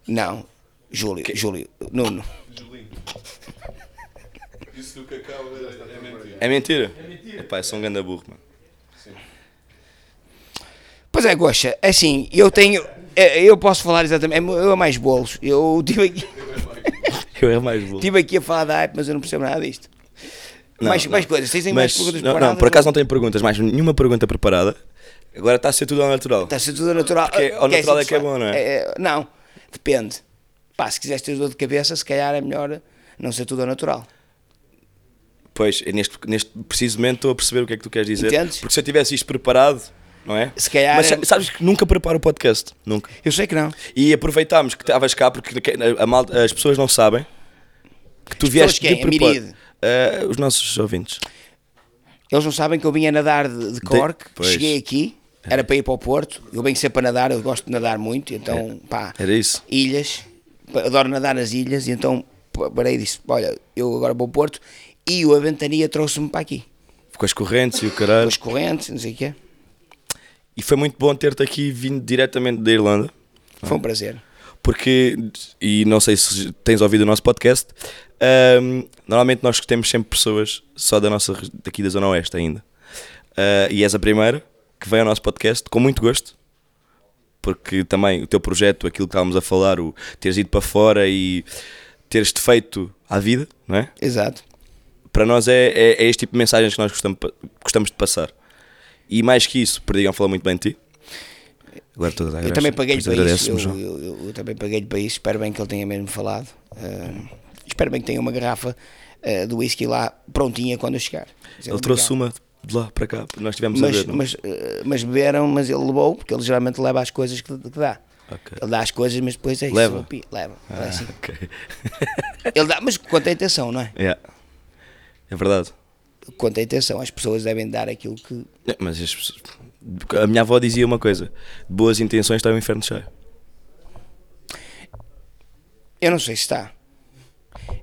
[SPEAKER 3] Não. Júlio, Júlio, Nuno.
[SPEAKER 5] Julinho. Isso do cacau é, é mentira.
[SPEAKER 2] É mentira? É mentira. Epá, eu sou um ganda burro, mano.
[SPEAKER 3] Pois é, Goxa, assim, eu tenho. eh, Eu posso falar exatamente. é mo- Eu a mais bolos. Eu estive aqui,
[SPEAKER 2] Eu é mais burro.
[SPEAKER 3] tive aqui a falar da hype, mas eu não percebo nada disto.
[SPEAKER 2] Não,
[SPEAKER 3] Tipo, mais,
[SPEAKER 2] não.
[SPEAKER 3] mais coisas, vocês têm mais
[SPEAKER 2] Mas-
[SPEAKER 3] perguntas
[SPEAKER 2] não, não,
[SPEAKER 3] preparadas? é?
[SPEAKER 2] por acaso não tenho perguntas, mais nenhuma pergunta preparada. Agora está a ser tudo ao natural.
[SPEAKER 3] Está a ser Tá, tudo natural.
[SPEAKER 2] Porque ao
[SPEAKER 3] Ah,
[SPEAKER 2] natural é que é
[SPEAKER 3] satisfa-
[SPEAKER 2] bom, não é?
[SPEAKER 3] não, depende. Pá, se quiseres ter dor de cabeça, se calhar é melhor não ser tudo ao natural.
[SPEAKER 2] Pois, neste, neste preciso momento estou a perceber o que é que tu queres dizer.
[SPEAKER 3] Entendes?
[SPEAKER 2] Porque se eu tivesse isto preparado, não é?
[SPEAKER 3] Se calhar-
[SPEAKER 2] Mas sa- sabes que nunca preparo o podcast. Nunca.
[SPEAKER 3] Eu sei que não.
[SPEAKER 2] E aproveitámos que estavas cá, porque a- a malta- as pessoas não sabem que tu vieste
[SPEAKER 3] pessoas
[SPEAKER 2] de
[SPEAKER 3] quem? A
[SPEAKER 2] propósito.
[SPEAKER 3] miríade?
[SPEAKER 2] Ah, os nossos ouvintes.
[SPEAKER 3] Eles não sabem que eu vinha nadar de, de Cork,
[SPEAKER 2] pois.
[SPEAKER 3] cheguei aqui, era para ir para o Porto, eu venho sempre para nadar, eu gosto de nadar muito, então pá,
[SPEAKER 2] É. Era isso.
[SPEAKER 3] ilhas, pa- adoro nadar nas ilhas, e então pa- parei e disse, olha, eu agora vou ao Porto, e o Aventania trouxe-me para aqui,
[SPEAKER 2] Com as correntes e o caralho.
[SPEAKER 3] com as correntes, não sei o quê,
[SPEAKER 2] E foi muito bom ter-te aqui vindo diretamente da Irlanda.
[SPEAKER 3] foi um prazer.
[SPEAKER 2] porque, e não sei se tens ouvido o nosso podcast, ahm, normalmente nós temos sempre pessoas só da nossa, regi- daqui da Zona Oeste ainda. Ah, e és a primeira que vem ao nosso podcast com muito gosto, porque também o teu projeto, aquilo que estávamos a falar, o teres ido para fora e teres-te feito à vida, não é?
[SPEAKER 3] Exato.
[SPEAKER 2] Para nós é, é- é este tipo de mensagens que nós gostamos, pa- gostámos de passar. E mais que isso, perdigam falar muito bem de ti. Agora estou a dar
[SPEAKER 3] Eu
[SPEAKER 2] graças.
[SPEAKER 3] também paguei-lhe
[SPEAKER 2] Pois
[SPEAKER 3] para isso,
[SPEAKER 2] agradecemos,
[SPEAKER 3] eu,
[SPEAKER 2] João.
[SPEAKER 3] eu- eu- eu também paguei-lhe para isso, espero bem que ele tenha mesmo falado. Ah, Espero bem que tenha uma garrafa eh, do whisky lá prontinha quando eu chegar. Dizer,
[SPEAKER 2] Ele trouxe
[SPEAKER 3] obrigado.
[SPEAKER 2] uma de lá para cá, nós estivemos a
[SPEAKER 3] Mas,
[SPEAKER 2] ver. não? é?
[SPEAKER 3] mas, eh, mas beberam, mas ele levou, porque ele geralmente leva as coisas que, que dá.
[SPEAKER 2] Ok.
[SPEAKER 3] Ele dá as coisas, mas depois é isso.
[SPEAKER 2] Leva? Ah.
[SPEAKER 3] uma pi- Leva. É assim.
[SPEAKER 2] Ok.
[SPEAKER 3] Ele dá, mas quanto à intenção, não é?
[SPEAKER 2] Yeah. É verdade.
[SPEAKER 3] Quanto à intenção, as pessoas devem dar aquilo que.
[SPEAKER 2] É, Mas as pessoas- a minha avó dizia uma coisa: de boas intenções está o inferno cheio.
[SPEAKER 3] Eu não sei se está.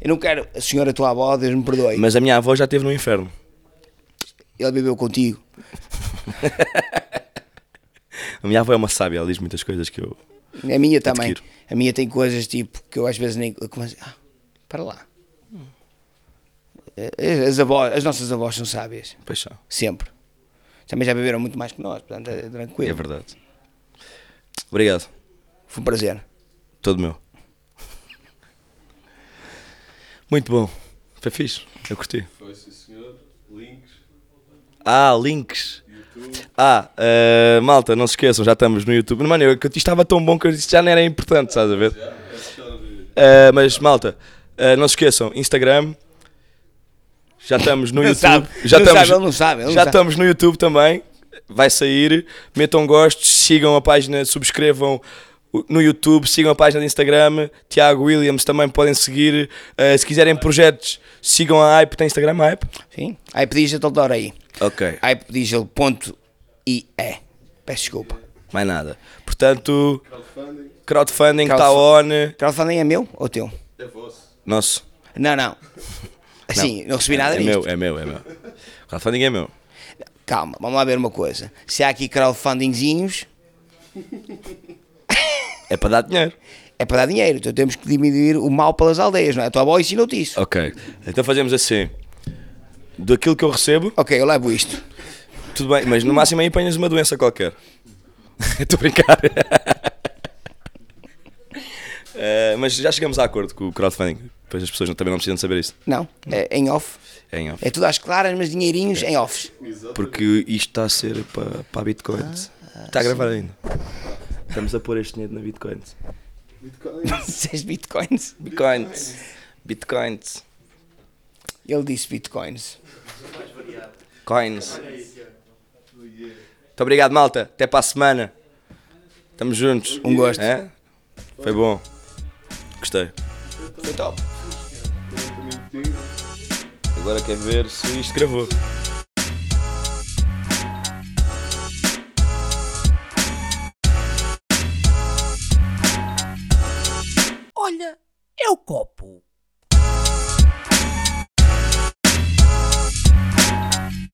[SPEAKER 3] Eu não quero, a senhora tua avó, Deus me perdoe.
[SPEAKER 2] Mas a minha avó já esteve no inferno.
[SPEAKER 3] Ele bebeu contigo.
[SPEAKER 2] A minha avó é uma sábia, ela diz muitas coisas que eu.
[SPEAKER 3] A minha também.
[SPEAKER 2] Adquiro.
[SPEAKER 3] A minha tem coisas tipo que eu às vezes nem. eu começo- ah, para lá. Eh, As, avós, as nossas avós são sábias,
[SPEAKER 2] Pois são.
[SPEAKER 3] sempre. Também já beberam muito mais que nós, portanto é
[SPEAKER 2] É
[SPEAKER 3] tranquilo.
[SPEAKER 2] verdade. Obrigado.
[SPEAKER 3] Foi um prazer.
[SPEAKER 2] Todo meu. Muito bom. Foi fixe. Eu curti.
[SPEAKER 5] Foi sim senhor. Links,
[SPEAKER 2] Ah, links.
[SPEAKER 5] YouTube.
[SPEAKER 2] Ah, eh, malta, não se esqueçam, já estamos no YouTube. Mano, eu, que isto estava tão bom que eu disse que já não era importante, estás a ver?
[SPEAKER 5] Já, é deixar de.
[SPEAKER 2] Eh, mas, malta, eh, não se esqueçam, Instagram. Já estamos no
[SPEAKER 3] Não
[SPEAKER 2] YouTube.
[SPEAKER 3] sabe,
[SPEAKER 2] já
[SPEAKER 3] não
[SPEAKER 2] estamos,
[SPEAKER 3] sabe, ele não sabe, ele
[SPEAKER 2] já
[SPEAKER 3] não sabe.
[SPEAKER 2] estamos no YouTube também. Vai sair. Metam gostos, sigam a página, subscrevam o- no YouTube, sigam a página do Instagram. Tiago Williams também podem seguir. Eh, se quiserem projetos, sigam a Hype. Tem Instagram a Hype?
[SPEAKER 3] Sim? Hypedigital da hora aí.
[SPEAKER 2] Ok.
[SPEAKER 3] Hypedigital.ie. é. Peço desculpa.
[SPEAKER 2] Mais nada. Portanto,
[SPEAKER 5] Crowdfunding
[SPEAKER 2] crowdfunding está on.
[SPEAKER 3] Crowdfunding. Crowdfunding é meu ou teu?
[SPEAKER 5] é vosso.
[SPEAKER 2] Nosso.
[SPEAKER 3] Não, não. Assim, não, recebi nada
[SPEAKER 2] é
[SPEAKER 3] disto.
[SPEAKER 2] meu, é meu, é meu. Crowdfunding é meu.
[SPEAKER 3] Calma, vamos lá ver uma coisa. Se há aqui crowdfundingzinhos,
[SPEAKER 2] É para dar dinheiro.
[SPEAKER 3] é para dar dinheiro. Então temos que diminuir o mal pelas aldeias, não é? A tua avó ensinou-te isso.
[SPEAKER 2] Ok. Então fazemos assim. Daquilo que eu recebo,
[SPEAKER 3] Ok, eu levo isto.
[SPEAKER 2] tudo bem, mas no máximo aí apanhas uma doença qualquer. Estou a brincar. Eh, mas já chegamos a acordo com o crowdfunding. Depois as pessoas não- também não precisam de saber isso.
[SPEAKER 3] Não, é em off.
[SPEAKER 2] É em off.
[SPEAKER 3] É tudo às claras, mas dinheirinhos em offs.
[SPEAKER 2] Porque isto está a ser para, para a Bitcoin.
[SPEAKER 3] Ah,
[SPEAKER 2] está a gravar ainda. Estamos a pôr este dinheiro na Bitcoin.
[SPEAKER 3] Seis bitcoins.
[SPEAKER 2] Bitcoins. Bitcoins.
[SPEAKER 3] Ele disse bitcoins.
[SPEAKER 2] Coins. Muito obrigado, malta. Até para a semana. Estamos juntos.
[SPEAKER 3] Um gosto.
[SPEAKER 2] É? Foi bom. Gostei.
[SPEAKER 3] Foi top.
[SPEAKER 2] Agora quer ver se isto gravou.
[SPEAKER 1] Olha, é o copo.